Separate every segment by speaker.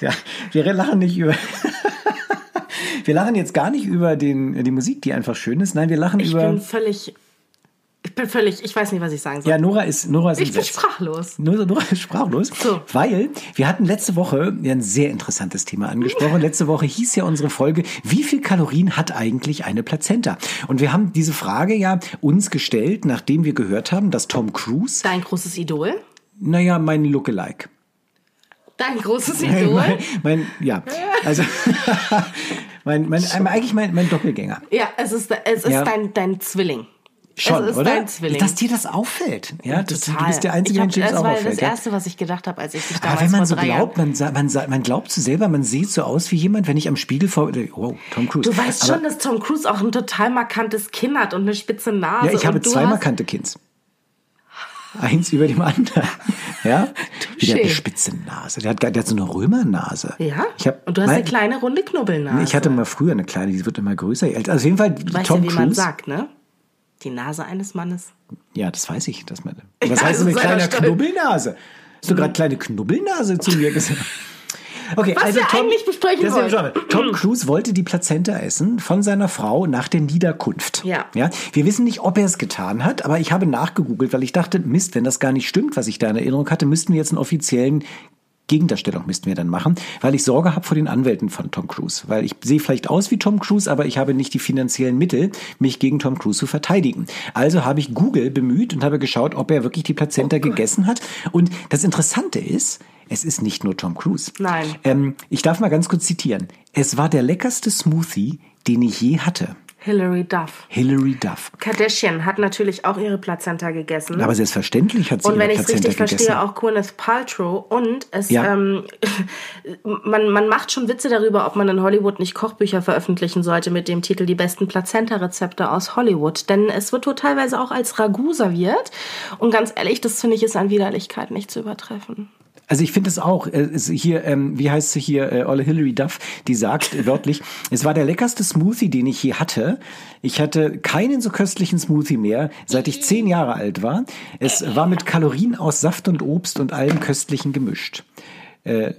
Speaker 1: Ja, wir lachen nicht über. wir lachen jetzt gar nicht über den, die Musik, die einfach schön ist. Nein, wir lachen
Speaker 2: Ich
Speaker 1: über.
Speaker 2: bin völlig. Ich bin völlig. Ich weiß nicht, was ich sagen soll.
Speaker 1: Ja, Nora ist. Nora ist
Speaker 2: ich bin
Speaker 1: entsetzt.
Speaker 2: sprachlos.
Speaker 1: Nur, nur sprachlos,
Speaker 2: So.
Speaker 1: weil wir hatten letzte Woche ja ein sehr interessantes Thema angesprochen. Letzte Woche hieß ja unsere Folge, wie viel Kalorien hat eigentlich eine Plazenta? Und wir haben diese Frage ja uns gestellt, nachdem wir gehört haben, dass Tom Cruise,
Speaker 2: Dein großes Idol.
Speaker 1: naja, mein Lookalike.
Speaker 2: Dein großes
Speaker 1: Mein,
Speaker 2: Idol.
Speaker 1: mein, mein, ja, also mein, mein, eigentlich mein, mein Doppelgänger.
Speaker 2: Ja, es ist, es ist
Speaker 1: Ja.
Speaker 2: dein, dein Zwilling.
Speaker 1: Schon,
Speaker 2: es ist
Speaker 1: oder?
Speaker 2: dein Zwilling.
Speaker 1: Dass dir das auffällt. Ja, das, du bist der
Speaker 2: Ich
Speaker 1: Einzige,
Speaker 2: hab-
Speaker 1: dem es
Speaker 2: Das
Speaker 1: auch
Speaker 2: war
Speaker 1: auffällt.
Speaker 2: das
Speaker 1: ja.
Speaker 2: Erste, was ich gedacht habe, als ich dich damals
Speaker 1: Aber wenn man
Speaker 2: vor
Speaker 1: so
Speaker 2: drei
Speaker 1: glaubt, ne,
Speaker 2: Jahren...
Speaker 1: man, sa- man, sa- man glaubt so selber, man sieht so aus wie jemand, wenn ich am Spiegel vor. Wow, Tom Cruise.
Speaker 2: Du weißt
Speaker 1: Aber-
Speaker 2: schon, dass Tom Cruise auch ein total markantes Kinn hat und eine spitze Nase.
Speaker 1: Ja, ich habe
Speaker 2: und du
Speaker 1: zwei
Speaker 2: hast-
Speaker 1: markante Kinds. Eins über dem anderen. Ja? Wie der hat eine
Speaker 2: Touché.
Speaker 1: spitze Nase. Der hat, gar- der hat so eine Römernase.
Speaker 2: Ja,
Speaker 1: Ich hab,
Speaker 2: und du hast
Speaker 1: mein,
Speaker 2: eine kleine runde Knubbelnase.
Speaker 1: Ich hatte mal früher eine kleine, die wird immer größer. Also auf jeden Fall
Speaker 2: Weißt
Speaker 1: Tom
Speaker 2: du, wie
Speaker 1: Cruise.
Speaker 2: man sagt, ne? Die Nase eines Mannes.
Speaker 1: Ja, das weiß ich. Dass man,
Speaker 2: Ja,
Speaker 1: was heißt
Speaker 2: also
Speaker 1: eine
Speaker 2: sei
Speaker 1: kleine
Speaker 2: doch stolz.
Speaker 1: Knubbelnase? Hast du gerade kleine Knubbelnase zu mir gesagt? Okay, also
Speaker 2: Was wir eigentlich besprechen
Speaker 1: das wir
Speaker 2: wollten.
Speaker 1: besprechen. Tom Cruise wollte die Plazenta essen von seiner Frau nach der Niederkunft.
Speaker 2: Ja.
Speaker 1: ja. Wir wissen nicht, ob er es getan hat, aber ich habe nachgegoogelt, weil ich dachte, Mist, wenn das gar nicht stimmt, was ich da in Erinnerung hatte, müssten wir jetzt einen offiziellen Gegendarstellung müssten wir dann machen, weil ich Sorge habe vor den Anwälten von Tom Cruise. Weil ich sehe vielleicht aus wie Tom Cruise, aber ich habe nicht die finanziellen Mittel, mich gegen Tom Cruise zu verteidigen. Also habe ich Google bemüht und habe geschaut, ob er wirklich die Plazenta gegessen hat. Und das Interessante ist, es ist nicht nur Tom Cruise.
Speaker 2: Nein.
Speaker 1: Ähm, ich darf mal ganz kurz zitieren. Es war der leckerste Smoothie, den ich je hatte.
Speaker 2: Hilary Duff.
Speaker 1: Hillary Duff.
Speaker 2: Kardashian hat natürlich auch ihre Plazenta gegessen.
Speaker 1: Aber selbstverständlich hat sie
Speaker 2: Hm? und
Speaker 1: ihre
Speaker 2: wenn ich es
Speaker 1: Plazenta
Speaker 2: richtig
Speaker 1: gegessen.
Speaker 2: verstehe, auch Gwyneth Paltrow. Und es,
Speaker 1: Ja.
Speaker 2: ähm, man, man macht schon Witze darüber, ob man in Hollywood nicht Kochbücher veröffentlichen sollte mit dem Titel Die besten Plazenta-Rezepte aus Hollywood. Denn es wird wohl teilweise auch als Ragout serviert. Und ganz ehrlich, das finde ich ist an Widerlichkeit nicht zu übertreffen.
Speaker 1: Also ich finde es auch. äh, es Hier, ähm, wie heißt sie hier, äh, Olle Hillary Duff, die sagt äh, wörtlich, es war der leckerste Smoothie, den ich je hatte. Ich hatte keinen so köstlichen Smoothie mehr, seit ich zehn Jahre alt war. Es war mit Kalorien aus Saft und Obst und allem Köstlichen gemischt. Äh,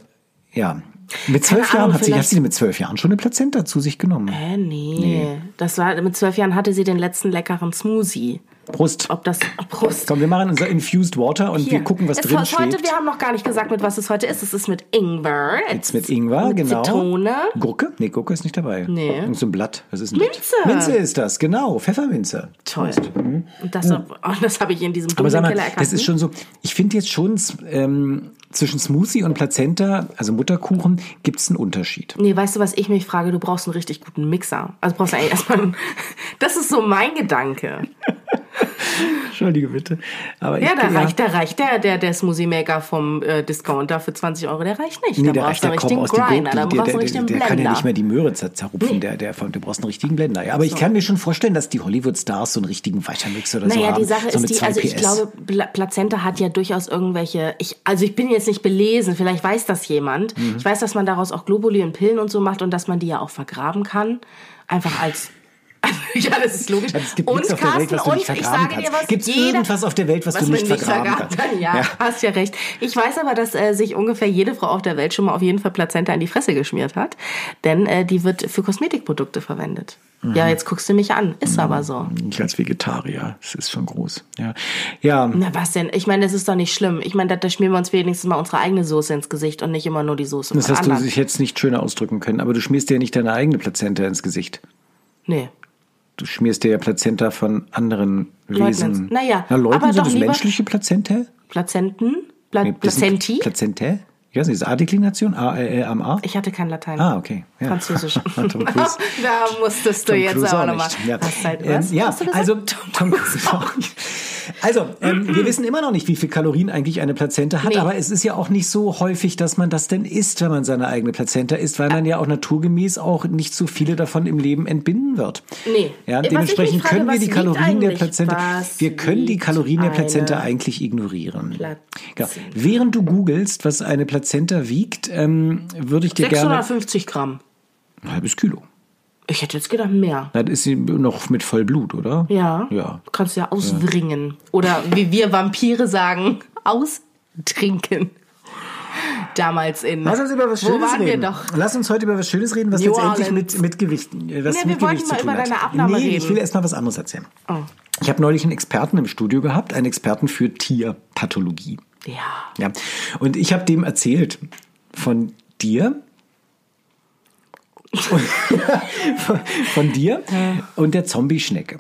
Speaker 1: ja. Mit zwölf
Speaker 2: Ahnung,
Speaker 1: Jahren hat sie, hat
Speaker 2: vielleicht-
Speaker 1: sie denn mit zwölf Jahren schon eine Plazenta zu sich genommen.
Speaker 2: Äh, nee. Das war, mit zwölf Jahren hatte sie den letzten leckeren Smoothie.
Speaker 1: Prost.
Speaker 2: Ob das, Prost.
Speaker 1: Komm, wir machen unser Infused Water und wir
Speaker 2: Hier. Äh,
Speaker 1: gucken, was
Speaker 2: es
Speaker 1: drin
Speaker 2: ist heute,
Speaker 1: schwebt.
Speaker 2: Wir haben noch gar nicht gesagt, mit was es heute ist. Es ist mit Ingwer.
Speaker 1: Jetzt mit Ingwer,
Speaker 2: mit
Speaker 1: genau.
Speaker 2: Zitrone.
Speaker 1: Gurke? Nee, Gurke ist nicht dabei.
Speaker 2: Nee.
Speaker 1: Irgend so ein Blatt. Was ist denn
Speaker 2: Minze.
Speaker 1: Das? Minze ist das, genau. Pfefferminze.
Speaker 2: Toll. Und das, und das habe ich in diesem
Speaker 1: Mhm. Aber sag
Speaker 2: dunklen
Speaker 1: mal,
Speaker 2: Keller erkannt.
Speaker 1: das ist schon so, ich finde jetzt schon ähm, zwischen Smoothie und Plazenta, also Mutterkuchen, gibt es einen Unterschied.
Speaker 2: Nee, weißt du, was ich mich frage? Du brauchst einen richtig guten Mixer. Also brauchst du eigentlich erstmal einen, Das ist so mein Gedanke.
Speaker 1: Entschuldige bitte. Aber
Speaker 2: Ja,
Speaker 1: ich,
Speaker 2: da reicht, da reicht der, der, der Smoothie Maker vom äh, Discounter für 20 Euro, der reicht nicht.
Speaker 1: Nee,
Speaker 2: da
Speaker 1: der reicht
Speaker 2: brauchst du
Speaker 1: ja
Speaker 2: einen
Speaker 1: kaum
Speaker 2: richtigen
Speaker 1: aus dem
Speaker 2: Grinder,
Speaker 1: Gurken.
Speaker 2: da
Speaker 1: Der,
Speaker 2: brauchst du einen
Speaker 1: der, der,
Speaker 2: richtigen
Speaker 1: der kann ja nicht mehr
Speaker 2: Blender.
Speaker 1: die Möhre zer- zerrupfen. Der, der, du brauchst einen richtigen Blender. Ja, aber ich kann mir schon vorstellen, dass die Hollywood-Stars so einen richtigen Weitermix oder so
Speaker 2: Naja,
Speaker 1: haben.
Speaker 2: die Sache
Speaker 1: so
Speaker 2: ist
Speaker 1: mit
Speaker 2: die,
Speaker 1: 2
Speaker 2: also ich
Speaker 1: PS.
Speaker 2: glaube, Pla- Plazenta hat ja durchaus irgendwelche, ich, also ich bin jetzt nicht belesen, vielleicht weiß das jemand.
Speaker 1: Mhm.
Speaker 2: Ich weiß, dass man daraus auch Globuli und Pillen und so macht und dass man die ja auch vergraben kann. Einfach als, ja, das ist logisch.
Speaker 1: Also es gibt
Speaker 2: und
Speaker 1: nichts auf der Welt, was du nicht
Speaker 2: und ich
Speaker 1: vergraben
Speaker 2: sage dir
Speaker 1: kannst.
Speaker 2: was,
Speaker 1: Gibt's
Speaker 2: jeder,
Speaker 1: irgendwas auf der Welt, was du
Speaker 2: man
Speaker 1: nicht vergraben kannst?
Speaker 2: kann? Ja,
Speaker 1: Ja.
Speaker 2: hast ja recht. Ich weiß aber, dass äh, sich ungefähr jede Frau auf der Welt schon mal auf jeden Fall Plazenta in die Fresse geschmiert hat, denn äh, die wird für Kosmetikprodukte verwendet.
Speaker 1: Mhm.
Speaker 2: Ja, jetzt guckst du mich an. Ist aber so.
Speaker 1: Ich als Vegetarier, das ist schon groß. Ja, ja
Speaker 2: Na was denn? Ich meine, das ist doch nicht schlimm. Ich meine, da, da schmieren wir uns wenigstens mal unsere eigene Soße ins Gesicht und nicht immer nur die Soße
Speaker 1: das
Speaker 2: von
Speaker 1: hast du
Speaker 2: anderen.
Speaker 1: sich jetzt nicht schöner ausdrücken können, aber du schmierst dir ja nicht deine eigene Plazenta ins Gesicht.
Speaker 2: nee.
Speaker 1: Du schmierst dir ja Plazenta von anderen
Speaker 2: Leugnen's.
Speaker 1: Wesen.
Speaker 2: Naja,
Speaker 1: Na,
Speaker 2: aber
Speaker 1: Leuten sind
Speaker 2: doch
Speaker 1: das
Speaker 2: lieber-
Speaker 1: menschliche Plazenta?
Speaker 2: Plazenten? Pla
Speaker 1: Nee, das sind
Speaker 2: Plazenti?
Speaker 1: Plazenta? Ich weiß nicht, ist A-Deklination? A-L-L am A?
Speaker 2: Ich hatte kein Latein.
Speaker 1: Ah, okay. Ja.
Speaker 2: Französisch.
Speaker 1: Tom Cruise.
Speaker 2: da musstest du
Speaker 1: Tom
Speaker 2: jetzt
Speaker 1: Cruise
Speaker 2: aber
Speaker 1: auch
Speaker 2: nochmal.
Speaker 1: nicht. Ja,
Speaker 2: Hast halt,
Speaker 1: ähm,
Speaker 2: was?
Speaker 1: ja
Speaker 2: Hast du gesagt?
Speaker 1: also Tom Cruise auch nicht. Also, ähm, wir wissen immer noch nicht, wie viel Kalorien eigentlich eine Plazenta hat,
Speaker 2: Nee.
Speaker 1: aber es ist ja auch nicht so häufig, dass man das denn isst, wenn man seine eigene Plazenta isst, weil man ja auch naturgemäß auch nicht so viele davon im Leben entbinden wird.
Speaker 2: Nee.
Speaker 1: Ja,
Speaker 2: Was ich
Speaker 1: dementsprechend
Speaker 2: mich frage,
Speaker 1: können wir
Speaker 2: was
Speaker 1: die
Speaker 2: wiegt
Speaker 1: Kalorien der
Speaker 2: eigentlich-
Speaker 1: Plazenta,
Speaker 2: was
Speaker 1: wir können die
Speaker 2: wiegt
Speaker 1: Kalorien der
Speaker 2: eine
Speaker 1: Plazenta eigentlich ignorieren.
Speaker 2: Plazenta?
Speaker 1: Ja. Während du googelst, was eine Plazenta wiegt, ähm, würde ich dir gerne
Speaker 2: 650 Gramm.
Speaker 1: ein halbes Kilo.
Speaker 2: Ich hätte jetzt gedacht, mehr.
Speaker 1: Dann ist sie noch mit Vollblut, oder?
Speaker 2: Ja.
Speaker 1: Ja.
Speaker 2: Kannst du ja auswringen. Oder wie wir Vampire sagen, austrinken. Damals in.
Speaker 1: Lass uns über was Schönes
Speaker 2: Wo waren
Speaker 1: reden.
Speaker 2: wir doch?
Speaker 1: Lass uns heute über was Schönes reden, was
Speaker 2: New
Speaker 1: letztendlich
Speaker 2: Orleans.
Speaker 1: mit, mit Gewichten, äh, was
Speaker 2: Nee, wir
Speaker 1: mit
Speaker 2: wollten
Speaker 1: Gewicht zu
Speaker 2: mal
Speaker 1: tun
Speaker 2: über
Speaker 1: hat.
Speaker 2: deine Abnahme
Speaker 1: nee, ich
Speaker 2: reden.
Speaker 1: will erstmal was anderes erzählen.
Speaker 2: Oh.
Speaker 1: Ich habe neulich einen Experten im Studio gehabt, einen Experten für Tierpathologie.
Speaker 2: Ja.
Speaker 1: Ja. Und ich habe dem erzählt von dir. von dir und der Zombie-Schnecke.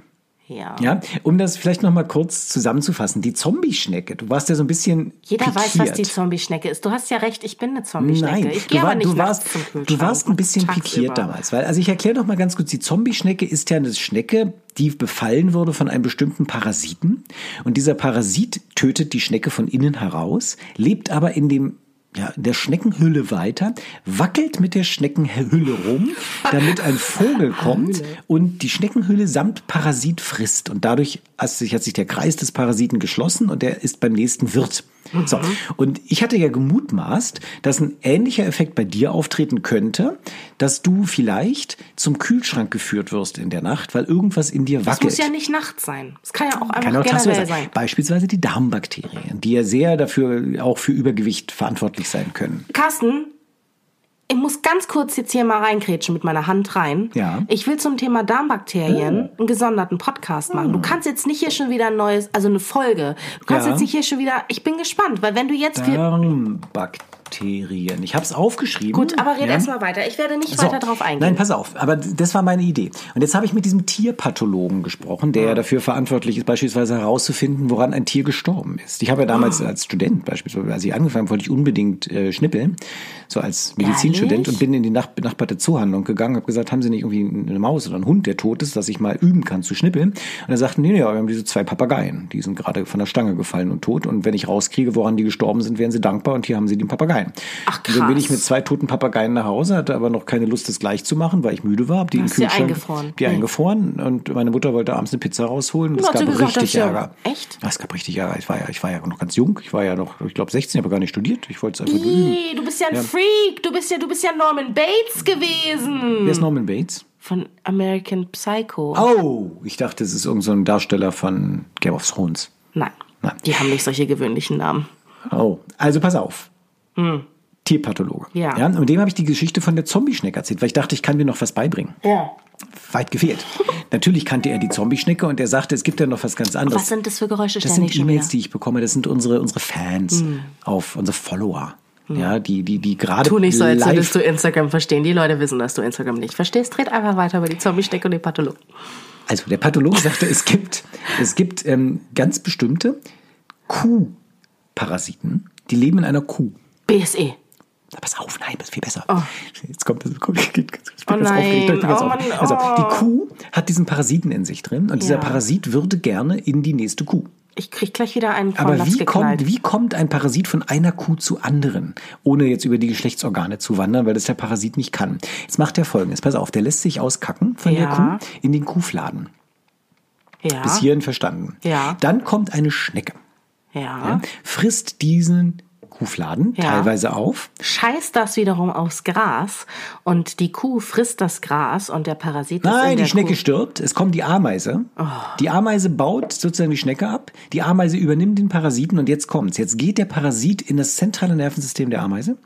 Speaker 2: Oh. Ja.
Speaker 1: Ja, um das vielleicht noch mal kurz zusammenzufassen. Die Zombie-Schnecke, du warst ja so ein bisschen
Speaker 2: Jeder
Speaker 1: pikiert.
Speaker 2: weiß, was die Zombie-Schnecke ist. Du hast ja recht, ich bin eine Zombie-Schnecke.
Speaker 1: Nein,
Speaker 2: ich
Speaker 1: du,
Speaker 2: gehe aber
Speaker 1: war,
Speaker 2: nicht
Speaker 1: du,
Speaker 2: nachts
Speaker 1: warst,
Speaker 2: zum Kühlschrank.
Speaker 1: du warst ein bisschen
Speaker 2: Tagsüber.
Speaker 1: pikiert damals. Weil, also ich erkläre doch mal ganz kurz, die Zombie-Schnecke ist ja eine Schnecke, die befallen wurde von einem bestimmten Parasiten. Und dieser Parasit tötet die Schnecke von innen heraus, lebt aber in dem ja, in der Schneckenhülle weiter, wackelt mit der Schneckenhülle rum, damit ein Vogel kommt und die Schneckenhülle samt Parasit frisst. Und dadurch hat sich, hat sich der Kreis des Parasiten geschlossen und der ist beim nächsten Wirt. So.
Speaker 2: Mhm.
Speaker 1: Und ich hatte ja gemutmaßt, dass ein ähnlicher Effekt bei dir auftreten könnte, dass du vielleicht zum Kühlschrank geführt wirst in der Nacht, weil irgendwas in dir
Speaker 2: Es muss
Speaker 1: wackelt.
Speaker 2: ja nicht nachts sein. Es kann ja auch
Speaker 1: Kann
Speaker 2: einfach
Speaker 1: auch tagsüber
Speaker 2: generell
Speaker 1: sein.
Speaker 2: sein.
Speaker 1: Beispielsweise die Darmbakterien, die ja sehr dafür auch für Übergewicht verantwortlich sein können.
Speaker 2: Carsten, ich muss ganz kurz jetzt hier mal reinkrätschen mit meiner Hand rein.
Speaker 1: Ja. Oh.
Speaker 2: Ich will zum Thema Darmbakterien einen gesonderten Podcast machen. Du kannst jetzt nicht hier schon wieder ein neues, also eine Folge. Du kannst
Speaker 1: Ja.
Speaker 2: jetzt nicht hier schon wieder, ich bin gespannt, weil wenn du jetzt viel,
Speaker 1: Darmbakterien. Ich habe es aufgeschrieben.
Speaker 2: gut, aber red
Speaker 1: Ja.
Speaker 2: erst mal weiter. Ich werde nicht weiter drauf eingehen.
Speaker 1: Nein, pass auf. Aber das war meine Idee. Und jetzt habe ich mit diesem Tierpathologen gesprochen,
Speaker 2: Ah.
Speaker 1: der ja dafür verantwortlich ist, beispielsweise herauszufinden, woran ein Tier gestorben ist. Ich habe
Speaker 2: Ah.
Speaker 1: ja damals als Student beispielsweise, als ich angefangen habe, wollte ich unbedingt äh, schnippeln, so als Medizinstudent
Speaker 2: Ehrlich?
Speaker 1: und bin in die nach benachbarte Zoohandlung gegangen, habe gesagt, haben Sie nicht irgendwie eine Maus oder einen Hund, der tot ist, dass ich mal üben kann zu schnippeln? Und er sagten, nee, nee, wir haben diese zwei Papageien, die sind gerade von der Stange gefallen und tot und wenn ich rauskriege, woran die gestorben sind, wären sie dankbar und hier haben sie den Papageien.
Speaker 2: Ach,
Speaker 1: Und So bin ich
Speaker 2: krass.
Speaker 1: mit zwei toten Papageien nach Hause, hatte aber noch keine Lust, das gleich zu machen, weil ich müde war, hab die im
Speaker 2: Hast du die
Speaker 1: Kühlschrank,
Speaker 2: eingefroren?
Speaker 1: die
Speaker 2: Mhm.
Speaker 1: eingefroren und meine Mutter wollte abends eine Pizza rausholen und es
Speaker 2: hat
Speaker 1: gab
Speaker 2: sie gesagt,
Speaker 1: richtig
Speaker 2: dass ja-
Speaker 1: Ärger.
Speaker 2: Echt?
Speaker 1: Ja, Es gab richtig Ärger. Ich war ja, ich war ja noch ganz jung, ich war ja noch, ich glaube 16, habe gar nicht studiert, ich wollte es einfach nur üben.
Speaker 2: Ih, Du bist ja ein Freak, du bist ja, du bist ja Norman Bates gewesen.
Speaker 1: Wer ist Norman Bates?
Speaker 2: Von American Psycho.
Speaker 1: Oh, ich dachte, es ist irgendein so ein Darsteller von Game of Thrones.
Speaker 2: Nein.
Speaker 1: Nein.
Speaker 2: Die haben nicht solche gewöhnlichen Namen.
Speaker 1: Oh, also pass auf. Tierpathologe.
Speaker 2: Hm. Ja.
Speaker 1: ja. Und dem habe ich die Geschichte von der Zombie-Schnecke erzählt, weil ich dachte, ich kann dir noch was beibringen.
Speaker 2: Ja.
Speaker 1: Weit gefehlt. Natürlich kannte er die Zombie-Schnecke und er sagte, es gibt ja noch was ganz anderes.
Speaker 2: Was sind das für Geräusche
Speaker 1: Das
Speaker 2: ständig
Speaker 1: sind
Speaker 2: schon wieder? Hm.
Speaker 1: E-Mails, die ich bekomme. Das sind unsere, unsere Fans auf unsere Follower. Ja, die, die, die gerade
Speaker 2: Tu nicht so, als
Speaker 1: live
Speaker 2: würdest du Instagram verstehen. Die Leute wissen, dass du Instagram nicht verstehst. Red einfach weiter über die Zombie-Schnecke und den Pathologen.
Speaker 1: Also der Pathologe sagte, es gibt, es gibt ähm, ganz bestimmte Kuhparasiten, die leben in einer Kuh.
Speaker 2: BSE.
Speaker 1: Na, Pass auf, nein, das ist viel besser. Jetzt kommt das. Kommt, ich bin ganz
Speaker 2: Oh nein,
Speaker 1: aufgeregt. Ich bin ganz
Speaker 2: oh
Speaker 1: aufgeregt.
Speaker 2: Mann,
Speaker 1: Also
Speaker 2: oh.
Speaker 1: die Kuh hat diesen Parasiten in sich drin und dieser
Speaker 2: Ja.
Speaker 1: Parasit würde gerne in die nächste Kuh.
Speaker 2: Ich krieg gleich wieder einen vom
Speaker 1: Aber
Speaker 2: Latz
Speaker 1: wie
Speaker 2: geknallt.
Speaker 1: kommt, wie kommt ein Parasit von einer Kuh zu anderen, ohne jetzt über die Geschlechtsorgane zu wandern, weil das der Parasit nicht kann? Jetzt macht er folgendes. Pass auf, der lässt sich auskacken von der
Speaker 2: Ja.
Speaker 1: Kuh in den Kuhfladen.
Speaker 2: ja.
Speaker 1: Bis hierhin verstanden.
Speaker 2: Ja.
Speaker 1: Dann kommt eine Schnecke,
Speaker 2: ja.
Speaker 1: frisst diesen Kuhfladen
Speaker 2: Ja.
Speaker 1: teilweise auf.
Speaker 2: Scheißt das wiederum aufs Gras und die Kuh frisst das Gras und der Parasit ist in
Speaker 1: Nein,
Speaker 2: der Oh.
Speaker 1: die Schnecke
Speaker 2: Kuh.
Speaker 1: stirbt. Es kommt die Ameise. Die Ameise baut sozusagen die Schnecke ab. Die Ameise übernimmt den Parasiten und jetzt kommt's. Jetzt geht der Parasit in das zentrale Nervensystem der Ameise,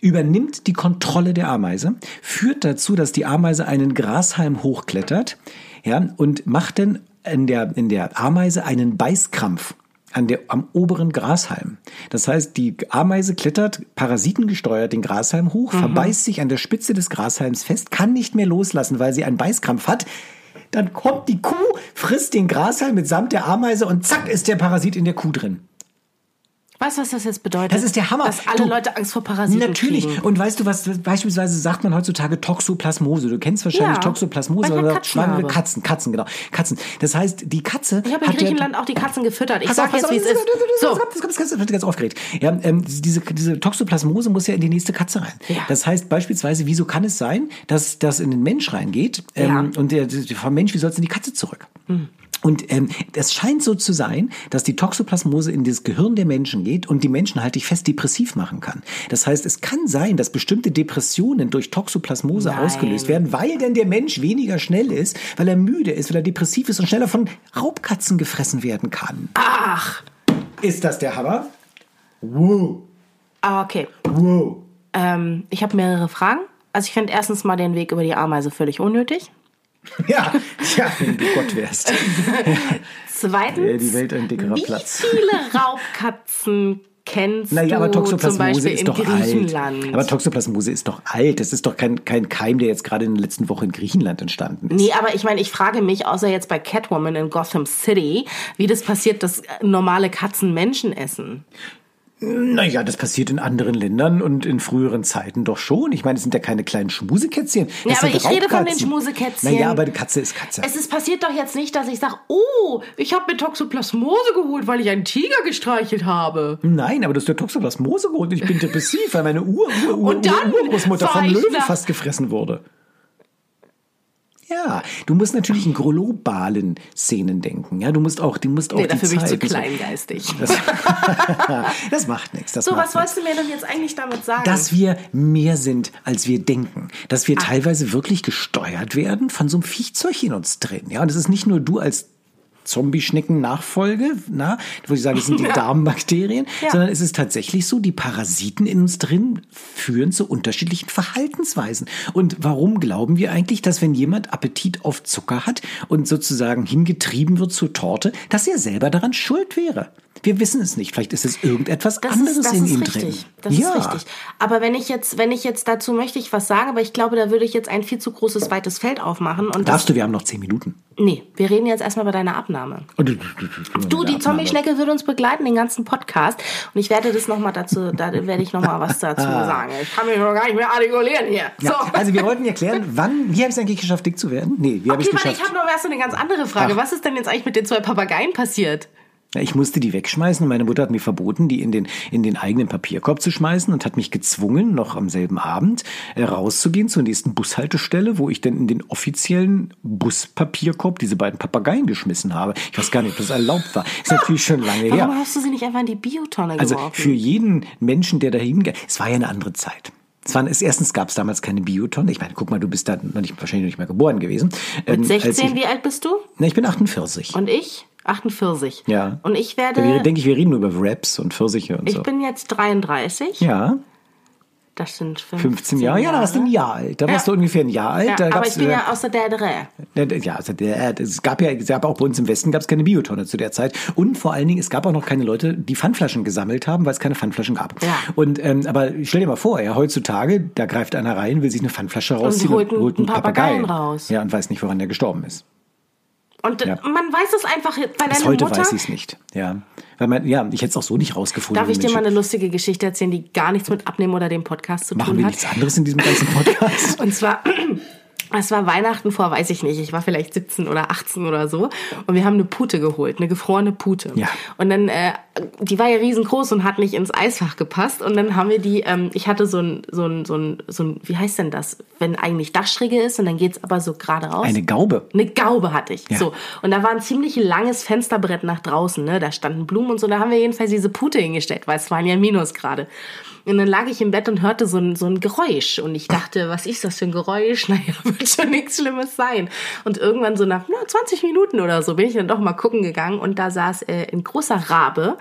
Speaker 1: übernimmt die Kontrolle der Ameise, führt dazu, dass die Ameise einen Grashalm hochklettert, ja, und macht dann in der, in der Ameise einen Beißkrampf. An der, am oberen Grashalm. Das heißt, die Ameise klettert parasitengesteuert den Grashalm hoch, verbeißt sich an der Spitze des Grashalms fest, kann nicht mehr loslassen, weil sie einen Beißkrampf hat. Dann kommt die Kuh, frisst den Grashalm mitsamt der Ameise und zack ist der Parasit in der Kuh drin.
Speaker 2: Weißt du, was das jetzt bedeutet?
Speaker 1: Das ist der Hammer.
Speaker 2: Dass alle
Speaker 1: Du-
Speaker 2: Leute Angst vor Parasiten
Speaker 1: Natürlich.
Speaker 2: kriegen.
Speaker 1: Und weißt du, was beispielsweise sagt man heutzutage Toxoplasmose. Du kennst wahrscheinlich
Speaker 2: Ja.
Speaker 1: Toxoplasmose
Speaker 2: Weil ich ja
Speaker 1: oder
Speaker 2: Katzen
Speaker 1: schwangere
Speaker 2: habe.
Speaker 1: Katzen, Katzen, genau. Katzen. Das heißt, die Katze
Speaker 2: Ich habe in
Speaker 1: hat ja-
Speaker 2: Griechenland auch die Katzen gefüttert. Ich
Speaker 1: Pass auf,
Speaker 2: sag
Speaker 1: pass
Speaker 2: jetzt,
Speaker 1: auf,
Speaker 2: wie es
Speaker 1: das-
Speaker 2: ist.
Speaker 1: das- das-
Speaker 2: So,
Speaker 1: das- das- das- das wird ganz aufgeregt. Ja, ähm, diese, diese Toxoplasmose muss ja in die nächste Katze rein.
Speaker 2: Ja.
Speaker 1: Das heißt beispielsweise, wieso kann es sein, dass das in den Mensch reingeht ähm,
Speaker 2: Ja.
Speaker 1: und der, der vom Mensch, wie soll es in die Katze zurück? Und ähm, es scheint so zu sein, dass die Toxoplasmose in das Gehirn der Menschen geht und die Menschen halt dich fest depressiv machen kann. Das heißt, es kann sein, dass bestimmte Depressionen durch Toxoplasmose
Speaker 2: Nein.
Speaker 1: ausgelöst werden, weil dann der Mensch weniger schnell ist, weil er müde ist, weil er depressiv ist und schneller von Raubkatzen gefressen werden kann.
Speaker 2: ach,
Speaker 1: Ist das der Hammer? Wow,
Speaker 2: ah, okay.
Speaker 1: wow.
Speaker 2: Ähm, ich habe mehrere Fragen. Also ich finde erstens mal den Weg über die Ameise völlig unnötig.
Speaker 1: Ja, ja, wenn du Gott wärst.
Speaker 2: Zweitens,
Speaker 1: Wäre Äh, die Welt ein dickerer
Speaker 2: wie
Speaker 1: Platz.
Speaker 2: viele Raubkatzen kennst
Speaker 1: Naja, aber
Speaker 2: du zum
Speaker 1: Toxoplasmose
Speaker 2: Beispiel
Speaker 1: ist
Speaker 2: in
Speaker 1: doch alt.
Speaker 2: Griechenland?
Speaker 1: Aber Toxoplasmose ist doch alt. Das ist doch kein, kein Keim, der jetzt gerade in der letzten Woche in Griechenland entstanden ist.
Speaker 2: Nee, aber ich meine, ich frage mich, außer jetzt bei Catwoman in Gotham City, wie das passiert, dass äh, normale Katzen Menschen essen.
Speaker 1: Naja, das passiert in anderen Ländern und in früheren Zeiten doch schon. Ich meine, es sind ja keine kleinen Schmusekätzchen. Das
Speaker 2: Ja, aber
Speaker 1: sind
Speaker 2: ich rede von den
Speaker 1: Raubkatzen.
Speaker 2: Schmusekätzchen.
Speaker 1: Naja, aber die Katze ist Katze.
Speaker 2: Es ist passiert doch jetzt nicht, dass ich sage, oh, ich habe mir Toxoplasmose geholt, weil ich einen Tiger gestreichelt habe.
Speaker 1: Nein, aber du hast ja Toxoplasmose geholt und ich bin depressiv, weil meine Ur Ur Ur
Speaker 2: Und dann
Speaker 1: Ur Urgroßmutter
Speaker 2: war
Speaker 1: vom
Speaker 2: ich
Speaker 1: Löwen
Speaker 2: nach-
Speaker 1: fast gefressen wurde. Ja, du musst natürlich in globalen Szenen denken. Ja, du musst auch, du musst auch
Speaker 2: Nee,
Speaker 1: die
Speaker 2: dafür bin ich
Speaker 1: Zeit
Speaker 2: zu
Speaker 1: und so.
Speaker 2: kleingeistig.
Speaker 1: Das, das macht nichts. Das
Speaker 2: So,
Speaker 1: macht
Speaker 2: was wolltest du mir denn jetzt eigentlich damit sagen?
Speaker 1: dass wir mehr sind, als wir denken. Dass
Speaker 2: Ah.
Speaker 1: wir teilweise wirklich gesteuert werden von so einem Viechzeug in uns drin. Ja, und es ist nicht nur du als Zombie-Schnecken-Nachfolge, na, wo ich sage, das sind die Darmbakterien,
Speaker 2: Ja.
Speaker 1: sondern es ist tatsächlich so, die Parasiten in uns drin führen zu unterschiedlichen Verhaltensweisen. Und warum glauben wir eigentlich, dass wenn jemand Appetit auf Zucker hat und sozusagen hingetrieben wird zur Torte, dass er selber daran schuld wäre? Wir wissen es nicht. Vielleicht ist es irgendetwas
Speaker 2: das
Speaker 1: anderes
Speaker 2: ist, das
Speaker 1: in
Speaker 2: ist
Speaker 1: ihm
Speaker 2: richtig.
Speaker 1: drin.
Speaker 2: Das
Speaker 1: ja.
Speaker 2: ist richtig. Aber wenn ich jetzt, wenn ich jetzt dazu möchte ich was sagen, aber ich glaube, da würde ich jetzt ein viel zu großes weites Feld aufmachen. Und
Speaker 1: Darfst du, wir haben noch zehn Minuten.
Speaker 2: das, nee, wir reden jetzt erstmal über deine Abnahme. Du, die Zombie-Schnecke wird uns begleiten, den ganzen Podcast. Und ich werde das nochmal dazu, da werde ich nochmal was dazu sagen. Ich kann mich noch gar nicht mehr artikulieren hier. So.
Speaker 1: Ah. Ja, also wir wollten erklären, wann, wie habe ich es eigentlich geschafft, dick zu werden? Nee, wie habe
Speaker 2: okay,
Speaker 1: ich es
Speaker 2: warte,
Speaker 1: geschafft?
Speaker 2: ich habe noch erst eine ganz andere Frage.
Speaker 1: Ach.
Speaker 2: Was ist denn jetzt eigentlich mit den zwei Papageien passiert?
Speaker 1: Ja, ich musste die wegschmeißen und meine Mutter hat mir verboten, die in den, in den eigenen Papierkorb zu schmeißen und hat mich gezwungen, noch am selben Abend äh, rauszugehen zur nächsten Bushaltestelle, wo ich dann in den offiziellen Buspapierkorb diese beiden Papageien geschmissen habe. Ich weiß gar nicht, ob das erlaubt war. Ist natürlich schon lange
Speaker 2: Warum
Speaker 1: her.
Speaker 2: hast du sie nicht einfach in die Biotonne
Speaker 1: Also
Speaker 2: geworfen?
Speaker 1: für jeden Menschen, der dahin geht, es war ja eine andere Zeit. Es waren, es, erstens gab es damals keine Biotonne. Ich meine, guck mal, du bist da noch nicht, wahrscheinlich noch nicht mal geboren gewesen. Ähm,
Speaker 2: Mit
Speaker 1: als
Speaker 2: 16,
Speaker 1: ich,
Speaker 2: wie alt bist du?
Speaker 1: na, ich bin 48.
Speaker 2: Und ich? 48.
Speaker 1: Ja.
Speaker 2: Und ich werde,
Speaker 1: Da denke ich, wir reden nur über Raps und Pfirsiche und
Speaker 2: ich
Speaker 1: so.
Speaker 2: bin jetzt 33.
Speaker 1: ja,
Speaker 2: Das sind 15,
Speaker 1: 15 Jahre. Ja, da warst du ein Jahr alt. Da
Speaker 2: Ja.
Speaker 1: warst du ungefähr ein Jahr alt.
Speaker 2: Ja,
Speaker 1: da
Speaker 2: aber
Speaker 1: gab's,
Speaker 2: ich bin
Speaker 1: äh,
Speaker 2: ja außer der Dreh.
Speaker 1: Ja, d- Ja, also der, äh, es gab ja, es gab auch bei uns im Westen gab es keine Biotonne zu der Zeit. Und vor allen Dingen, es gab auch noch keine Leute, die Pfandflaschen gesammelt haben, weil es keine Pfandflaschen gab.
Speaker 2: Ja.
Speaker 1: Und ähm, aber stell dir mal vor, ja, heutzutage, da greift einer rein, will sich eine Pfandflasche rausziehen
Speaker 2: holt einen- einen Papageien raus.
Speaker 1: Ja, und weiß nicht, woran der gestorben ist.
Speaker 2: Und äh,
Speaker 1: Ja.
Speaker 2: man weiß es einfach bei
Speaker 1: Bis
Speaker 2: deiner
Speaker 1: heute
Speaker 2: Mutter.
Speaker 1: weiß ich es nicht. Ja. Weil man, ja, ich hätte es auch so nicht rausgefunden.
Speaker 2: Darf ich dir
Speaker 1: Mensch.
Speaker 2: mal eine lustige Geschichte erzählen, die gar nichts mit Abnehmen oder dem Podcast zu
Speaker 1: Machen
Speaker 2: tun
Speaker 1: wir
Speaker 2: hat?
Speaker 1: nichts anderes in diesem ganzen Podcast.
Speaker 2: Und zwar, es war Weihnachten vor, weiß ich nicht, ich war vielleicht 17 oder 18 oder so. Und wir haben eine Pute geholt, eine gefrorene Pute.
Speaker 1: Ja.
Speaker 2: Und dann, äh, die war ja riesengroß und hat nicht ins Eisfach gepasst. Und dann haben wir die, ähm, ich hatte so ein, so ein, so ein, so ein, wie heißt denn das? Wenn eigentlich Dachschräge ist und dann geht's aber so gerade raus.
Speaker 1: Eine Gaube.
Speaker 2: Eine Gaube hatte ich.
Speaker 1: Ja.
Speaker 2: So. Und da war ein ziemlich langes Fensterbrett nach draußen, ne? Da standen Blumen und so. Da haben wir jedenfalls diese Pute hingestellt, weil es waren ja Minusgrade. Und dann lag ich im Bett und hörte so ein, so ein Geräusch. Und ich dachte, was ist das für ein Geräusch? Naja, wird schon nichts Schlimmes sein. Und irgendwann so nach na, 20 Minuten oder so bin ich dann doch mal gucken gegangen. Und da saß äh, ein großer Rabe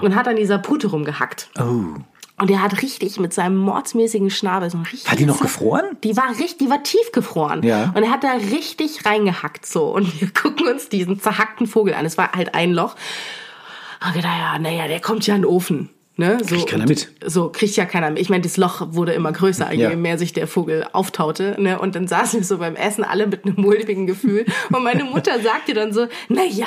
Speaker 2: und hat an dieser Pute rumgehackt.
Speaker 1: Oh.
Speaker 2: Und der hat richtig mit seinem mordsmäßigen Schnabel so ein richtig.
Speaker 1: Hat die noch gefroren?
Speaker 2: Die war richtig, die war tief gefroren.
Speaker 1: Ja.
Speaker 2: Und er hat da richtig reingehackt so. Und wir gucken uns diesen zerhackten Vogel an. Es war halt ein Loch. Und gedacht, ja, naja, der kommt ja in den Ofen. Ne? So,
Speaker 1: Kriegt keiner mit.
Speaker 2: So kriegt ja keiner mit. Ich meine, das Loch wurde immer größer, je
Speaker 1: Ja.
Speaker 2: mehr sich der Vogel auftaute. Ne? Und dann saßen wir so beim Essen alle mit einem mulmigen Gefühl. Und meine Mutter sagte dann so, na ja,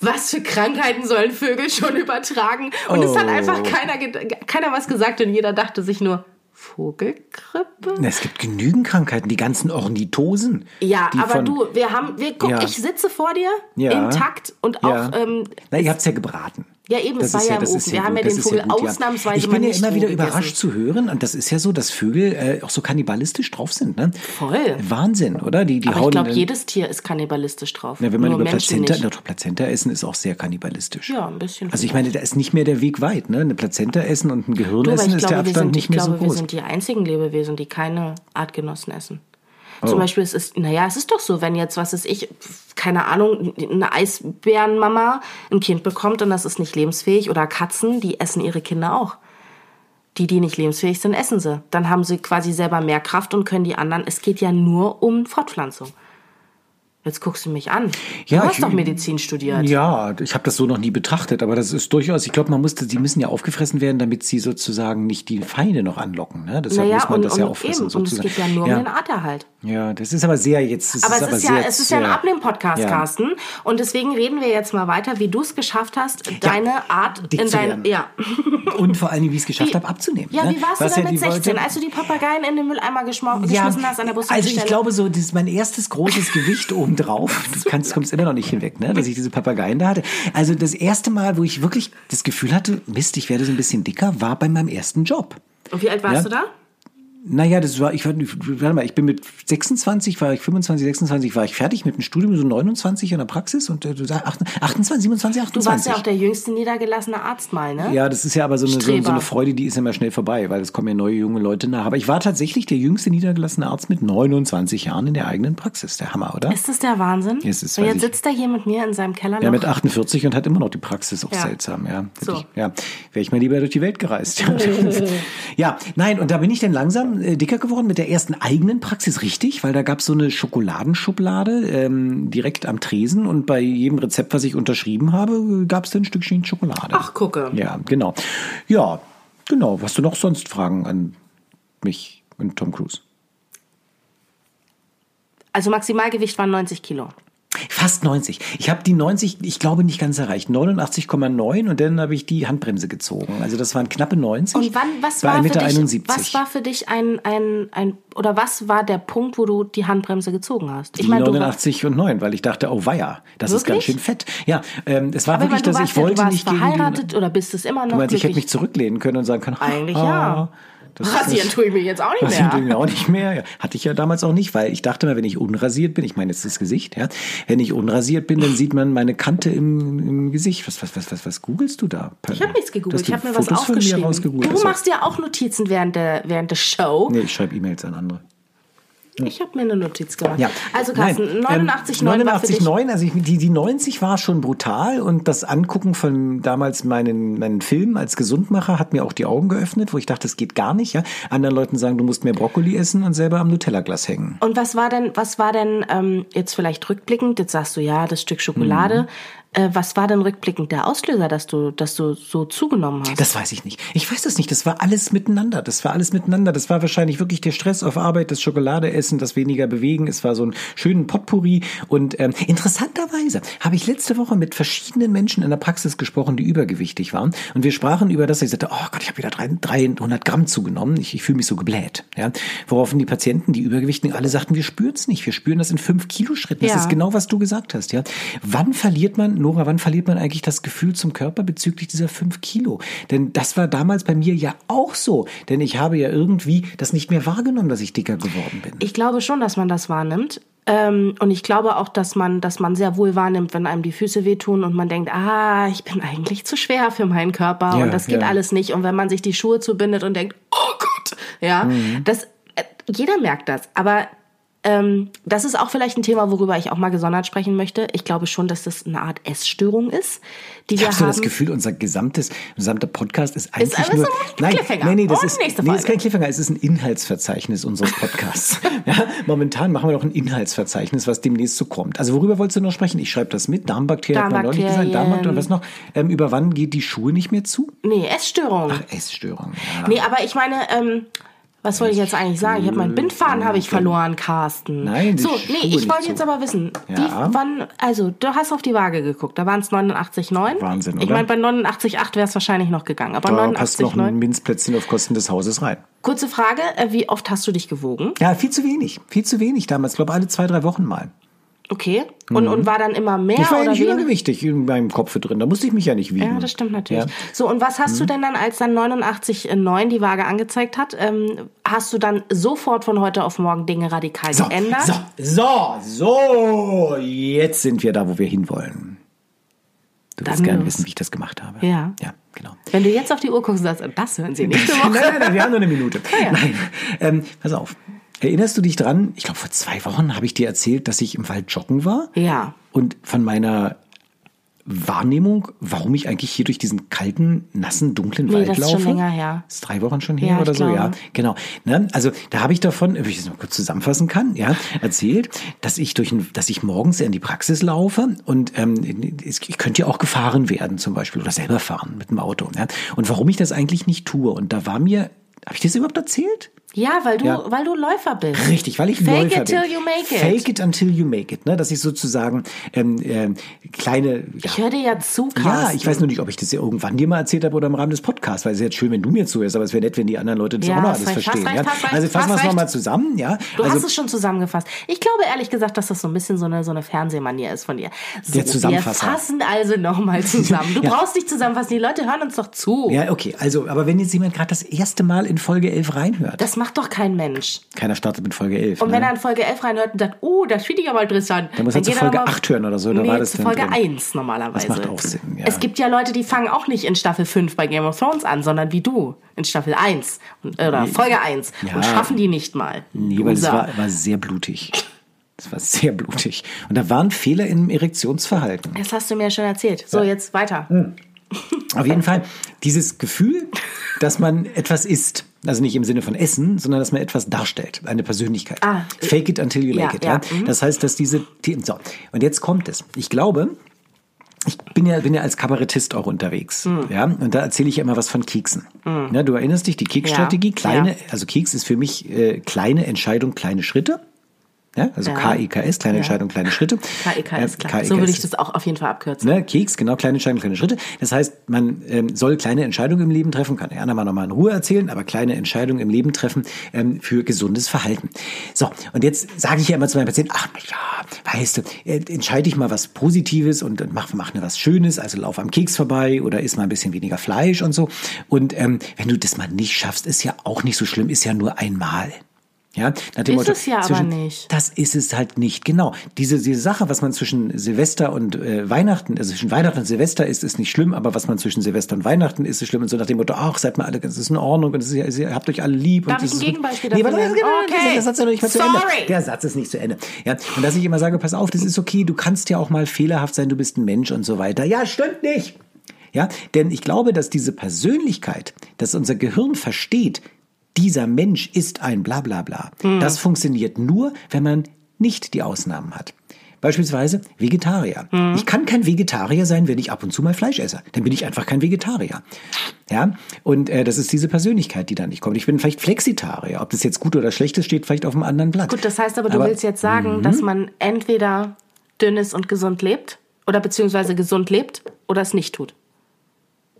Speaker 2: was für Krankheiten sollen Vögel schon übertragen? Und es hat
Speaker 1: Oh.
Speaker 2: einfach keiner, ge- keiner was gesagt und jeder dachte sich nur, Vogelgrippe?
Speaker 1: Na, es gibt genügend Krankheiten, die ganzen Ornithosen.
Speaker 2: Ja,
Speaker 1: die
Speaker 2: aber
Speaker 1: von-
Speaker 2: du, wir haben, wir, guck,
Speaker 1: Ja.
Speaker 2: ich sitze vor dir,
Speaker 1: Ja.
Speaker 2: intakt und
Speaker 1: Ja.
Speaker 2: auch, ähm,
Speaker 1: Na, ihr habt's ja gebraten.
Speaker 2: Ja, eben, es war ja im
Speaker 1: das
Speaker 2: Ofen.
Speaker 1: ist
Speaker 2: Wir haben ja
Speaker 1: gut, das
Speaker 2: den
Speaker 1: ist
Speaker 2: Vogel
Speaker 1: gut,
Speaker 2: ausnahmsweise
Speaker 1: Ich bin
Speaker 2: mal
Speaker 1: ja
Speaker 2: nicht
Speaker 1: immer
Speaker 2: roh
Speaker 1: wieder
Speaker 2: gegessen.
Speaker 1: überrascht zu hören, und das ist ja so, dass Vögel äh, auch so kannibalistisch drauf sind. Ne?
Speaker 2: Voll.
Speaker 1: Wahnsinn, oder? Die, die
Speaker 2: aber
Speaker 1: hauen
Speaker 2: ich glaube,
Speaker 1: dann-
Speaker 2: jedes Tier ist kannibalistisch drauf.
Speaker 1: Na, wenn man
Speaker 2: Nur
Speaker 1: über
Speaker 2: Menschen
Speaker 1: Plazenta,
Speaker 2: nicht.
Speaker 1: na, doch, Plazenta essen, ist auch sehr kannibalistisch.
Speaker 2: Ja, ein bisschen.
Speaker 1: Also ich meine, da ist nicht mehr der Weg weit. Ne? Eine Plazenta essen und ein Gehirn
Speaker 2: Du, aber
Speaker 1: essen
Speaker 2: ich
Speaker 1: ist der
Speaker 2: glaube, wir
Speaker 1: Abstand
Speaker 2: sind,
Speaker 1: nicht
Speaker 2: ich
Speaker 1: mehr
Speaker 2: glaube,
Speaker 1: so
Speaker 2: wir
Speaker 1: groß.
Speaker 2: sind die einzigen Lebewesen, die keine Artgenossen essen.
Speaker 1: Oh.
Speaker 2: Zum Beispiel, es ist, naja, es ist doch so, wenn jetzt, was ist ich, keine Ahnung, eine Eisbärenmama ein Kind bekommt und das ist nicht lebensfähig oder Katzen, die essen ihre Kinder auch. Die, die nicht lebensfähig sind, essen sie. Dann haben sie quasi selber mehr Kraft und können die anderen. Es geht ja nur um Fortpflanzung. Jetzt guckst du mich an.
Speaker 1: Ja,
Speaker 2: du hast
Speaker 1: ich-
Speaker 2: doch Medizin studiert.
Speaker 1: Ja, ich habe das so noch nie betrachtet, aber das ist durchaus, ich glaube, man musste, die müssen ja aufgefressen werden, damit sie sozusagen nicht die Feinde noch anlocken. Ne? Deshalb
Speaker 2: Naja,
Speaker 1: muss man
Speaker 2: und,
Speaker 1: das
Speaker 2: und,
Speaker 1: ja auffressen.
Speaker 2: eben, und es
Speaker 1: sozusagen.
Speaker 2: geht ja nur
Speaker 1: ja,
Speaker 2: um den Arterhalt.
Speaker 1: ja, das ist aber sehr jetzt. das
Speaker 2: Aber es ist, ja,
Speaker 1: sehr-
Speaker 2: es ist ja ein
Speaker 1: sehr-
Speaker 2: Abnehmen-Podcast,
Speaker 1: Ja.
Speaker 2: Carsten. Und deswegen reden wir jetzt mal weiter, wie du es geschafft hast, deine Art
Speaker 1: dick
Speaker 2: in
Speaker 1: zu
Speaker 2: dein.
Speaker 1: werden.
Speaker 2: Ja.
Speaker 1: Und vor allem, wie ich es geschafft
Speaker 2: Wie-
Speaker 1: habe, abzunehmen.
Speaker 2: ja,
Speaker 1: ne?
Speaker 2: wie warst
Speaker 1: Was
Speaker 2: du
Speaker 1: ja
Speaker 2: denn mit
Speaker 1: die Leute-
Speaker 2: 16, als du die Papageien in den Mülleimer geschmo- geschmissen hast an der Bushaltestelle?
Speaker 1: also ich glaube so, das ist mein erstes großes Gewicht obendrauf. Du kannst, kommst immer noch nicht hinweg, ne? dass ich diese Papageien da hatte. Also das erste Mal, wo ich wirklich das Gefühl hatte, Mist, ich werde so ein bisschen dicker, war bei meinem ersten Job.
Speaker 2: Und wie alt warst
Speaker 1: Ja.
Speaker 2: du da?
Speaker 1: Naja, das war, ich, war- warte mal, ich bin mit 26, war ich 25, 26, war ich fertig mit dem Studium, so 29 in der Praxis und äh, du sagst 28, 27, 28.
Speaker 2: Du warst ja auch der jüngste niedergelassene Arzt mal, ne?
Speaker 1: Ja, das ist ja aber so eine, so, so
Speaker 2: Streber.
Speaker 1: eine Freude, die ist immer schnell vorbei, weil es kommen ja neue junge Leute nach. Aber ich war tatsächlich der jüngste niedergelassene Arzt mit 29 Jahren in der eigenen Praxis. Der Hammer, oder?
Speaker 2: Ist das der Wahnsinn?
Speaker 1: Es ist,
Speaker 2: Und
Speaker 1: weiß
Speaker 2: jetzt
Speaker 1: ich-
Speaker 2: sitzt er hier mit mir in seinem Keller
Speaker 1: ja,
Speaker 2: noch.
Speaker 1: mit 48 und hat immer noch die Praxis. Auch
Speaker 2: Ja.
Speaker 1: seltsam, ja. Hätte
Speaker 2: So.
Speaker 1: Ich, ja. Wäre ich mal lieber durch die Welt gereist. ja, nein, und da bin ich dann langsam äh, dicker geworden mit der ersten eigenen Praxis, richtig? Weil da gab es so eine Schokoladenschublade ähm, direkt am Tresen und bei jedem Rezept, was ich unterschrieben habe, gab es dann ein Stückchen Schokolade.
Speaker 2: Ach, gucke.
Speaker 1: Ja, genau. Ja, genau. Hast du noch sonst Fragen an mich und Tom Cruise?
Speaker 2: Also Maximalgewicht waren 90 Kilo.
Speaker 1: Fast 90. Ich habe die 90, ich glaube, nicht ganz erreicht. 89,9 und dann habe ich die Handbremse gezogen. Also das waren knappe 90.
Speaker 2: Und wann, was
Speaker 1: bei
Speaker 2: war, für
Speaker 1: 1,71
Speaker 2: dich,
Speaker 1: Meter.
Speaker 2: was war für dich ein, ein, ein, oder was war der Punkt, wo du die Handbremse gezogen hast? Ich
Speaker 1: die
Speaker 2: meine, du warst
Speaker 1: 89 und 9, weil ich dachte, oh weia, das ist ganz
Speaker 2: Wirklich?
Speaker 1: schön fett. Ja, ähm, es war
Speaker 2: Aber
Speaker 1: wirklich,
Speaker 2: ich meine, du
Speaker 1: dass
Speaker 2: warst,
Speaker 1: ich
Speaker 2: ja-
Speaker 1: wollte
Speaker 2: du warst
Speaker 1: nicht gegen
Speaker 2: verheiratet
Speaker 1: die,
Speaker 2: oder bist es immer noch
Speaker 1: Du meinst, ich hätte mich
Speaker 2: glücklich?
Speaker 1: zurücklehnen können und sagen können,
Speaker 2: Eigentlich
Speaker 1: ah,
Speaker 2: ja. Ah,
Speaker 1: das ist-
Speaker 2: Rasieren tue ich mir jetzt auch nicht
Speaker 1: Rasieren
Speaker 2: mehr.
Speaker 1: tue ich mir auch nicht mehr. Ja. Hatte ich ja damals auch nicht, weil ich dachte mal, wenn ich unrasiert bin, ich meine jetzt das Gesicht, ja, wenn ich unrasiert bin, dann sieht man meine Kante im, im Gesicht. Was, was, was, was, was googelst du da?
Speaker 2: Ich habe nichts gegoogelt,
Speaker 1: Dass du
Speaker 2: ich habe mir was
Speaker 1: Fotos von mir
Speaker 2: aufgeschrieben.
Speaker 1: rausgegoogelt
Speaker 2: Du
Speaker 1: hast.
Speaker 2: machst ja auch Notizen während der, während der Show.
Speaker 1: Nee, ich schreibe E-Mails an andere.
Speaker 2: Ich habe mir eine Notiz gemacht.
Speaker 1: Ja. ähm,
Speaker 2: Also Carsten, 89,9 war für dich.
Speaker 1: 89,9, also ich, die, die 90 war schon brutal und das Angucken von damals meinen, meinen Film als Gesundmacher hat mir auch die Augen geöffnet, wo ich dachte, das geht gar nicht. Ja? Anderen Leuten sagen, du musst mehr Brokkoli essen und selber am Nutella-Glas hängen.
Speaker 2: Und was war denn, was war denn ähm, jetzt vielleicht rückblickend? Jetzt sagst du ja, das Stück Schokolade.
Speaker 1: Mhm.
Speaker 2: Äh, was war denn rückblickend der Auslöser, dass du, dass du so zugenommen hast?
Speaker 1: Das weiß ich nicht. Ich weiß das nicht. Das war alles miteinander. Das war alles miteinander. Das war wahrscheinlich wirklich der Stress auf Arbeit, das Schokoladeessen, das weniger bewegen. Es war so ein schönen Potpourri. Und ähm, interessanterweise habe ich letzte Woche mit verschiedenen Menschen in der Praxis gesprochen, die übergewichtig waren. Und wir sprachen über das. Ich sagte, oh Gott, ich habe wieder drei- 300 Gramm zugenommen. Ich, ich fühle mich so gebläht. Ja? Woraufhin die Patienten, die Übergewichtigen, alle sagten, wir spüren es nicht. Wir spüren das in fünf Kilo Schritten. Das
Speaker 2: Ja.
Speaker 1: ist genau, was du gesagt hast. Ja? Wann verliert man, Nora, wann verliert man eigentlich das Gefühl zum Körper bezüglich dieser fünf Kilo? Denn das war damals bei mir ja auch so. Denn ich habe ja irgendwie das nicht mehr wahrgenommen, dass ich dicker geworden bin.
Speaker 2: Ich glaube schon, dass man das wahrnimmt. Ähm, und ich glaube auch, dass man, dass man sehr wohl wahrnimmt, wenn einem die Füße wehtun und man denkt, ah, ich bin eigentlich zu schwer für meinen Körper
Speaker 1: Ja,
Speaker 2: und das geht
Speaker 1: ja.
Speaker 2: alles nicht. Und wenn man sich die
Speaker 1: Mhm.
Speaker 2: Schuhe zubindet und denkt, oh Gott, ja, das, äh, jeder merkt das. Aber Ähm, das ist auch vielleicht ein Thema, worüber ich auch mal gesondert sprechen möchte. Ich glaube schon, dass das eine Art Essstörung ist, die
Speaker 1: ich
Speaker 2: wir
Speaker 1: habe so
Speaker 2: haben.
Speaker 1: das Gefühl, unser gesamtes, gesamter Podcast ist eigentlich
Speaker 2: aber
Speaker 1: nur.
Speaker 2: so ein
Speaker 1: nein,
Speaker 2: Cliffhanger.
Speaker 1: nein, nee, das
Speaker 2: Und
Speaker 1: ist,
Speaker 2: nächste
Speaker 1: nee, ist
Speaker 2: Folge.
Speaker 1: kein Cliffhanger, es ist ein Inhaltsverzeichnis unseres Podcasts. ja, momentan machen wir noch ein Inhaltsverzeichnis, was demnächst so kommt. Also worüber wolltest du noch sprechen? Ich schreibe das mit. Darmbakterien, hat man neulich gesagt.
Speaker 2: Darmbakterien.
Speaker 1: Darmbakterien, was noch? Ähm, über wann geht die Schuhe nicht mehr zu?
Speaker 2: nee, Essstörung.
Speaker 1: Essstörung. Ja.
Speaker 2: Nee, aber ich meine, ähm, was wollte ich jetzt eigentlich sagen? Ich habe meinen Bindfaden habe ich verloren, Carsten.
Speaker 1: Nein, die
Speaker 2: so,
Speaker 1: Schuhe
Speaker 2: nee, ich
Speaker 1: nicht
Speaker 2: wollte
Speaker 1: so.
Speaker 2: jetzt aber wissen,
Speaker 1: Ja.
Speaker 2: wie, wann, also du hast auf die Waage geguckt, da waren es 89,9.
Speaker 1: Wahnsinn,
Speaker 2: Ich
Speaker 1: oder?
Speaker 2: meine, bei 89,8 wäre es wahrscheinlich noch gegangen, aber
Speaker 1: Da passt noch
Speaker 2: 89,9.
Speaker 1: ein Minzplätzchen auf Kosten des Hauses rein.
Speaker 2: Kurze Frage, äh, wie oft hast du dich gewogen?
Speaker 1: Ja, viel zu wenig. Viel zu wenig damals. Ich glaube, alle zwei, drei Wochen mal.
Speaker 2: Okay. Und, und war dann immer mehr
Speaker 1: Mhm. ich war ja
Speaker 2: oder
Speaker 1: nicht
Speaker 2: weniger?
Speaker 1: übergewichtig in meinem Kopf drin. Da musste ich mich ja nicht wiegen.
Speaker 2: Ja, das stimmt natürlich.
Speaker 1: Ja. Mhm.
Speaker 2: So, und was hast du denn dann, als dann 89,9 die Waage angezeigt hat, ähm, hast du dann sofort von heute auf morgen Dinge radikal
Speaker 1: So,
Speaker 2: geändert?
Speaker 1: so, so, so, jetzt sind wir da, wo wir hinwollen. Du willst
Speaker 2: Dann
Speaker 1: gerne
Speaker 2: los.
Speaker 1: wissen, wie ich das gemacht habe.
Speaker 2: Ja.
Speaker 1: Ja, genau.
Speaker 2: Wenn du jetzt auf die Uhr guckst, sagst du, das hören sie nächste
Speaker 1: nein,
Speaker 2: Woche. Ah,
Speaker 1: nein, nein, wir haben nur eine Minute. Nein, ähm, pass auf. Erinnerst du dich dran? Ich glaube, vor zwei Wochen habe ich dir erzählt, dass ich im Wald joggen war.
Speaker 2: Ja.
Speaker 1: Und von meiner Wahrnehmung, warum ich eigentlich hier durch diesen kalten, nassen, dunklen Wald
Speaker 2: das
Speaker 1: laufe.
Speaker 2: ist schon länger her.
Speaker 1: Ist drei Wochen schon her
Speaker 2: Ja, ich
Speaker 1: oder so,
Speaker 2: glaube.
Speaker 1: ja. Genau. Ne? Also da habe ich davon, wenn ich das mal kurz zusammenfassen kann, ja, erzählt, dass ich durch ein, dass ich morgens in die Praxis laufe und ähm, es- ich könnte ja auch gefahren werden zum Beispiel oder selber fahren mit dem Auto. Ne? Und warum ich das eigentlich nicht tue. Und da war mir, habe ich das überhaupt erzählt?
Speaker 2: Ja, weil du,
Speaker 1: Ja.
Speaker 2: weil du Läufer bist.
Speaker 1: Richtig, weil ich ein
Speaker 2: Fake
Speaker 1: Läufer
Speaker 2: it till
Speaker 1: bin.
Speaker 2: you make it.
Speaker 1: Fake it until you make it. Ne? Dass ich sozusagen ähm, ähm, kleine... Ja,
Speaker 2: Ich höre dir ja zu,
Speaker 1: ja,
Speaker 2: Carsten.
Speaker 1: ich weiß nur nicht, ob ich das ja irgendwann dir mal erzählt habe oder im Rahmen des Podcasts, weil es ist jetzt schön, wenn du mir zuhörst, aber es wäre nett, wenn die anderen Leute das
Speaker 2: Ja,
Speaker 1: auch noch
Speaker 2: hast
Speaker 1: alles
Speaker 2: recht,
Speaker 1: verstehen.
Speaker 2: hast
Speaker 1: ja?
Speaker 2: recht, hast recht,
Speaker 1: also fassen wir
Speaker 2: hast
Speaker 1: es nochmal
Speaker 2: recht.
Speaker 1: zusammen, ja.
Speaker 2: Du
Speaker 1: also,
Speaker 2: hast es schon zusammengefasst. Ich glaube ehrlich gesagt, dass das so ein bisschen so eine, so eine Fernsehmanier ist von dir. So,
Speaker 1: Der Zusammenfasser.
Speaker 2: Wir fassen also nochmal zusammen. Du
Speaker 1: Ja.
Speaker 2: brauchst nicht zusammenfassen, die Leute hören uns doch zu.
Speaker 1: ja, okay, also, aber wenn jetzt jemand gerade das erste Mal in Folge 11 reinhört,
Speaker 2: Das macht doch kein Mensch.
Speaker 1: keiner startet mit Folge 11.
Speaker 2: Und
Speaker 1: ne?
Speaker 2: wenn er in Folge 11 reinhört und sagt, oh, das finde ich aber interessant. Dann
Speaker 1: muss er zu
Speaker 2: geht er
Speaker 1: Folge
Speaker 2: nochmal-
Speaker 1: 8 hören oder so, da
Speaker 2: nee,
Speaker 1: war das
Speaker 2: zu
Speaker 1: dann
Speaker 2: Folge
Speaker 1: drin.
Speaker 2: 1 normalerweise.
Speaker 1: Das macht auch Sinn, ja.
Speaker 2: Es gibt ja Leute, die fangen auch nicht in Staffel 5 bei Game of Thrones an, sondern wie du, in Staffel 1 und, oder Folge 1
Speaker 1: Ja.
Speaker 2: und schaffen die nicht mal.
Speaker 1: Nee, weil es
Speaker 2: Loser.
Speaker 1: war, war sehr blutig. Es war sehr blutig. Und da waren Fehler im Erektionsverhalten.
Speaker 2: das hast du mir ja schon erzählt. So, jetzt weiter.
Speaker 1: Hm. Auf jeden Fall, dieses Gefühl, dass man etwas ist. Also nicht im Sinne von Essen, sondern dass man etwas darstellt, eine Persönlichkeit.
Speaker 2: Ah.
Speaker 1: Fake it until you
Speaker 2: Ja,
Speaker 1: make it. Ja,
Speaker 2: ja, Mhm.
Speaker 1: Das heißt, dass diese Themen. So, und jetzt kommt es. Ich glaube, ich bin ja, bin ja als Kabarettist auch unterwegs.
Speaker 2: Mhm.
Speaker 1: Ja, und da erzähle ich ja immer was von Keksen. Ja, du erinnerst dich, die Keksstrategie,
Speaker 2: Ja,
Speaker 1: kleine,
Speaker 2: ja.
Speaker 1: also Keks ist für mich äh, kleine Entscheidung, kleine Schritte. Ja, also
Speaker 2: Ja.
Speaker 1: KEKS, kleine Entscheidung, kleine Schritte.
Speaker 2: KEK
Speaker 1: Äh,
Speaker 2: E ist klar. So würde
Speaker 1: KEKS.
Speaker 2: ich das auch auf jeden Fall abkürzen.
Speaker 1: Ne, Keks, genau, kleine Entscheidungen, kleine Schritte. Das heißt, man ähm, soll kleine Entscheidungen im Leben treffen, kann ja Anna mal nochmal in Ruhe erzählen, aber kleine Entscheidungen im Leben treffen ähm, für gesundes Verhalten. So, und jetzt sage ich ja immer zu meinen Patienten, ach ja, weißt du, äh, entscheide ich mal was Positives und, und mach, mach ne was Schönes, also lauf am Keks vorbei oder isst mal ein bisschen weniger Fleisch und so. Und ähm, wenn du das mal nicht schaffst, ist ja auch nicht so schlimm, ist ja nur einmal. Ja, nach dem
Speaker 2: Ist es ja aber nicht.
Speaker 1: das ist es halt nicht. Genau. Diese, diese Sache, was man zwischen Silvester und äh, Weihnachten, also zwischen Weihnachten und Silvester ist, ist nicht schlimm, aber was man zwischen Silvester und Weihnachten ist, ist schlimm. Und so nach dem Motto, ach, seid mal alle, es ist in Ordnung und es ist, ja- es ist, ja- habt euch alle lieb.
Speaker 2: Darf
Speaker 1: und
Speaker 2: ich
Speaker 1: es
Speaker 2: ein
Speaker 1: ist-
Speaker 2: Gegenbeispiel
Speaker 1: Nee,
Speaker 2: dafür
Speaker 1: warte,
Speaker 2: nennen?
Speaker 1: genau,
Speaker 2: Okay.
Speaker 1: der Satz ist ja noch nicht mal zu Ende.
Speaker 2: Sorry.
Speaker 1: Der Satz ist nicht zu Ende. Ja. Und dass ich immer sage, pass auf, das ist okay, du kannst ja auch mal fehlerhaft sein, du bist ein Mensch und so weiter. Ja, stimmt nicht. Ja, denn ich glaube, dass diese Persönlichkeit, dass unser Gehirn versteht, dieser Mensch ist ein Blablabla. Das funktioniert nur, wenn man nicht die Ausnahmen hat. Beispielsweise Vegetarier. Ich kann kein Vegetarier sein, wenn ich ab und zu mal Fleisch esse. Dann bin ich einfach kein Vegetarier. Ja, und äh, das ist diese Persönlichkeit, die da nicht kommt. Ich bin vielleicht Flexitarier. Ob das jetzt gut oder schlecht ist, steht vielleicht auf einem anderen Blatt.
Speaker 2: Gut, das heißt aber, du
Speaker 1: Aber- Mhm.
Speaker 2: willst jetzt sagen, dass man entweder dünn ist und gesund lebt oder beziehungsweise gesund lebt oder es nicht tut.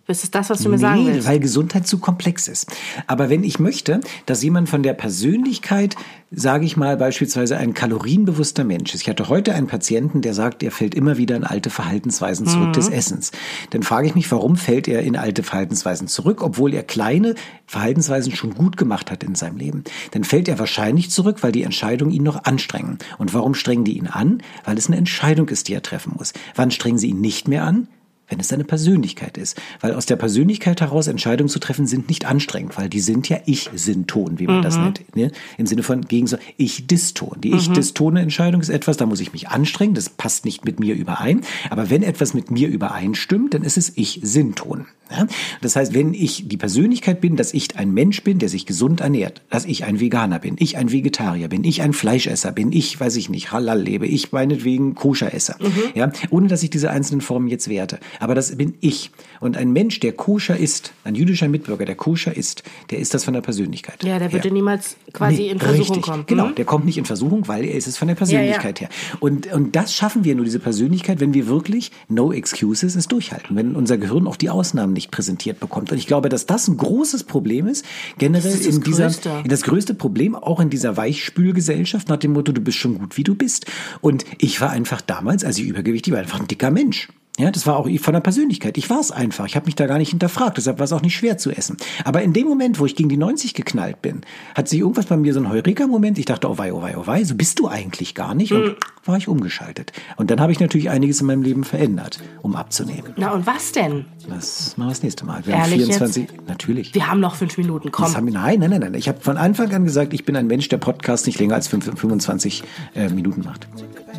Speaker 2: Ist es das, was du mir sagen willst?
Speaker 1: weil Gesundheit zu komplex ist. Aber wenn ich möchte, dass jemand von der Persönlichkeit, sage ich mal, beispielsweise ein kalorienbewusster Mensch ist. Ich hatte heute einen Patienten, der sagt, er fällt immer wieder in alte Verhaltensweisen
Speaker 2: Mhm.
Speaker 1: zurück des Essens. Dann frage ich mich, warum fällt er in alte Verhaltensweisen zurück, obwohl er kleine Verhaltensweisen schon gut gemacht hat in seinem Leben. Dann fällt er wahrscheinlich zurück, weil die Entscheidungen ihn noch anstrengen. Und warum strengen die ihn an? Weil es eine Entscheidung ist, die er treffen muss. Wann strengen sie ihn nicht mehr an? wenn es deine Persönlichkeit ist. Weil aus der Persönlichkeit heraus Entscheidungen zu treffen sind nicht anstrengend, weil die sind ja Ich-Synton, wie man das nennt. Ne? Im Sinne von Gegensatz Ich-Diston. Die Ich-Distone Entscheidung ist etwas, da muss ich mich anstrengen, das passt nicht mit mir überein. Aber wenn etwas mit mir übereinstimmt, dann ist es Ich-Synton. Ja? Das heißt, wenn ich die Persönlichkeit bin, dass ich ein Mensch bin, der sich gesund ernährt, dass ich ein Veganer bin, ich ein Vegetarier bin, ich ein Fleischesser bin, ich, weiß ich nicht, halal lebe, ich meinetwegen Koscheresser,
Speaker 2: Mhm.
Speaker 1: ja, ohne dass ich diese einzelnen Formen jetzt werte. Aber das bin ich. Und ein Mensch, der koscher ist, ein jüdischer Mitbürger, der koscher ist, der ist das von der Persönlichkeit.
Speaker 2: Ja, der
Speaker 1: her.
Speaker 2: würde niemals quasi
Speaker 1: Nee,
Speaker 2: in Versuchung
Speaker 1: richtig,
Speaker 2: kommen.
Speaker 1: Genau,
Speaker 2: Mhm.
Speaker 1: der kommt nicht in Versuchung, weil er ist es von der Persönlichkeit her. Und, und das schaffen wir nur, diese Persönlichkeit, wenn wir wirklich no excuses es durchhalten, wenn unser Gehirn auch die Ausnahmen nicht präsentiert bekommt. Und ich glaube, dass das ein großes Problem ist, generell
Speaker 2: ist das
Speaker 1: in dieser,
Speaker 2: Größte.
Speaker 1: in das größte Problem auch in dieser Weichspülgesellschaft nach dem Motto, du bist schon gut, wie du bist. Und ich war einfach damals, als ich übergewichtig war, einfach ein dicker Mensch. Ja, das war auch ich von der Persönlichkeit. Ich war es einfach. Ich habe mich da gar nicht hinterfragt. Deshalb war es auch nicht schwer zu essen. Aber in dem Moment, wo ich gegen die 90 geknallt bin, hat sich irgendwas bei mir so ein Heureka-Moment. Ich dachte, oh wei, oh wei, oh wei, so bist du eigentlich gar nicht.
Speaker 2: Äh.
Speaker 1: Und war ich umgeschaltet. Und dann habe ich natürlich einiges in meinem Leben verändert, um abzunehmen.
Speaker 2: Na und was denn?
Speaker 1: Das machen wir das nächste Mal. Wir haben
Speaker 2: Ehrlich jetzt?
Speaker 1: 24. Natürlich.
Speaker 2: Wir haben noch fünf Minuten, komm.
Speaker 1: Das haben wir, nein, nein, nein, nein. Ich habe von Anfang an gesagt, ich bin ein Mensch, der Podcast nicht länger als 5, 25 äh, Minuten macht.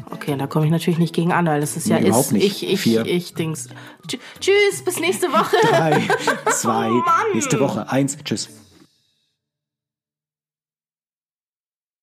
Speaker 2: Okay, da komme ich natürlich nicht gegen an, weil das ist ja
Speaker 1: Nee, überhaupt
Speaker 2: ist,
Speaker 1: nicht.
Speaker 2: ich, ich,
Speaker 1: Vier.
Speaker 2: ich, Dings. Tsch- Tschüss, bis nächste Woche.
Speaker 1: Drei, zwei,
Speaker 2: Oh Mann.
Speaker 1: nächste Woche, eins, tschüss.